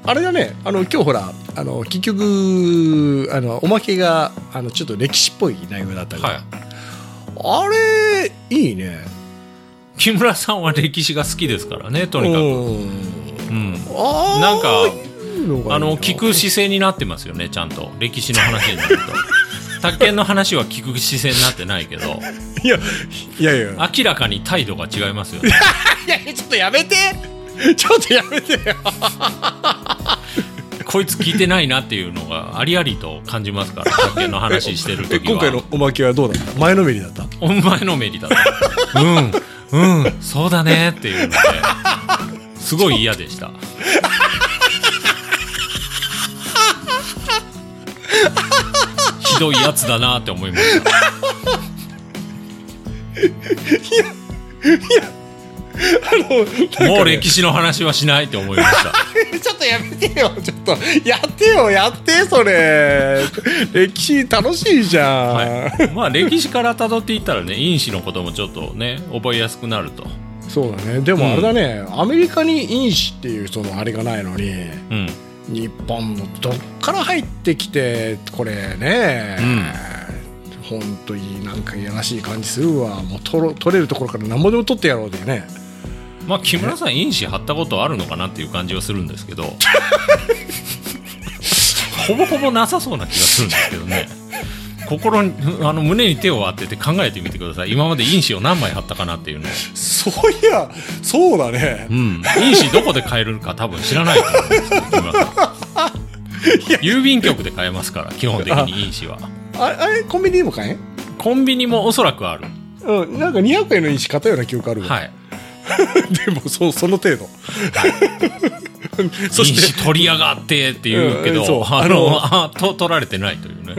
S2: あれだねあの今日ほらあの結局あのおまけがあのちょっと歴史っぽい内容だったから、
S3: はい。
S2: あれいいね
S3: 木村さんは歴史が好きですからね、とにかく。
S2: う
S3: うん。
S2: んあー
S3: なんか
S2: いうのがいいな
S3: あの聞く姿勢になってますよねちゃんと歴史の話に なると宅建の話は聞く姿勢になってないけど
S2: いやいやいや
S3: 明らかに態度が違いますよね
S2: いやいやちょっとやめてちょっとやめてよ
S3: こいつ聞いてないなっていうのがありありと感じます から宅建の話してる
S2: え
S3: 時は
S2: 今回のおまけはどうだった前のめりだった
S3: お前のメリだとうんうんそうだねっていうのですごい嫌でしたひどいやつだなって思いましたもう歴史の話はしないと思いました。
S2: ちょっとやめてよちょっとやってよやってそれ歴史楽しいじゃん、
S3: はい、まあ歴史から辿っていったらね因子のこともちょっとね覚えやすくなると、
S2: そうだねでもあれだね、アメリカに因子っていうそのあれがないのに
S3: うん、
S2: 日本のどっから入ってきてこれね、ほんといいなんかいやらしい感じするわもう取ろ取れるところから何ぼでも取ってやろうだよね
S3: まあ木村さん因子貼ったことあるのかなっていう感じはするんですけどほぼほぼなさそうな気がするんですけどね心にあの胸に手を当てて考えてみてください今まで因子を何枚貼ったかなっていうのを
S2: そういやそうだね
S3: うん因子どこで買えるか多分知らないと思うんですよ木村さん郵便局で買えますから基本的に因子は
S2: あれあれコンビニでも買えん
S3: コンビニもおそらくある
S2: うん、なんか200円の因子買ったような記憶あるわ、
S3: はい
S2: でもそその程度 そ
S3: そ
S2: して
S3: して取りやがってって言うけど、
S2: うんそう
S3: あ
S2: あ
S3: の
S2: の
S3: あと取られてないというね、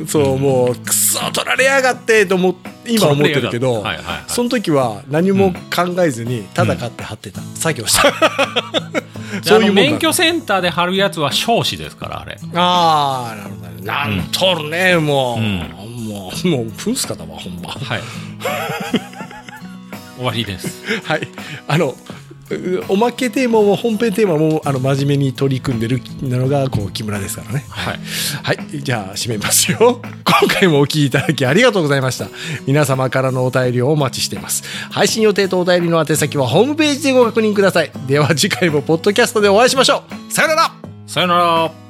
S2: うんそうもうクソ取られやがってと思っ今思ってるけど、
S3: 取られやがってはいはいはい
S2: その時は何も考えずにただ買って貼ってた、作業したそう
S3: あ
S2: い
S3: の
S2: うもんだ
S3: 免許センターで貼るやつは少子ですからあれ
S2: ああなるほどねなんとるね、もう、
S3: うん
S2: もうもうプンスカだわほんま
S3: はい 終わりです
S2: はいあのうおまけテーマも本編テーマもあの真面目に取り組んでるなのがこう木村ですからね
S3: はい
S2: はい、じゃあ締めますよ。 今回もお聞きいただきありがとうございました。皆様からのお便りをお待ちしています。配信予定とお便りの宛先はホームページでご確認ください。では次回もポッドキャストでお会いしましょう。さよなら
S3: さよなら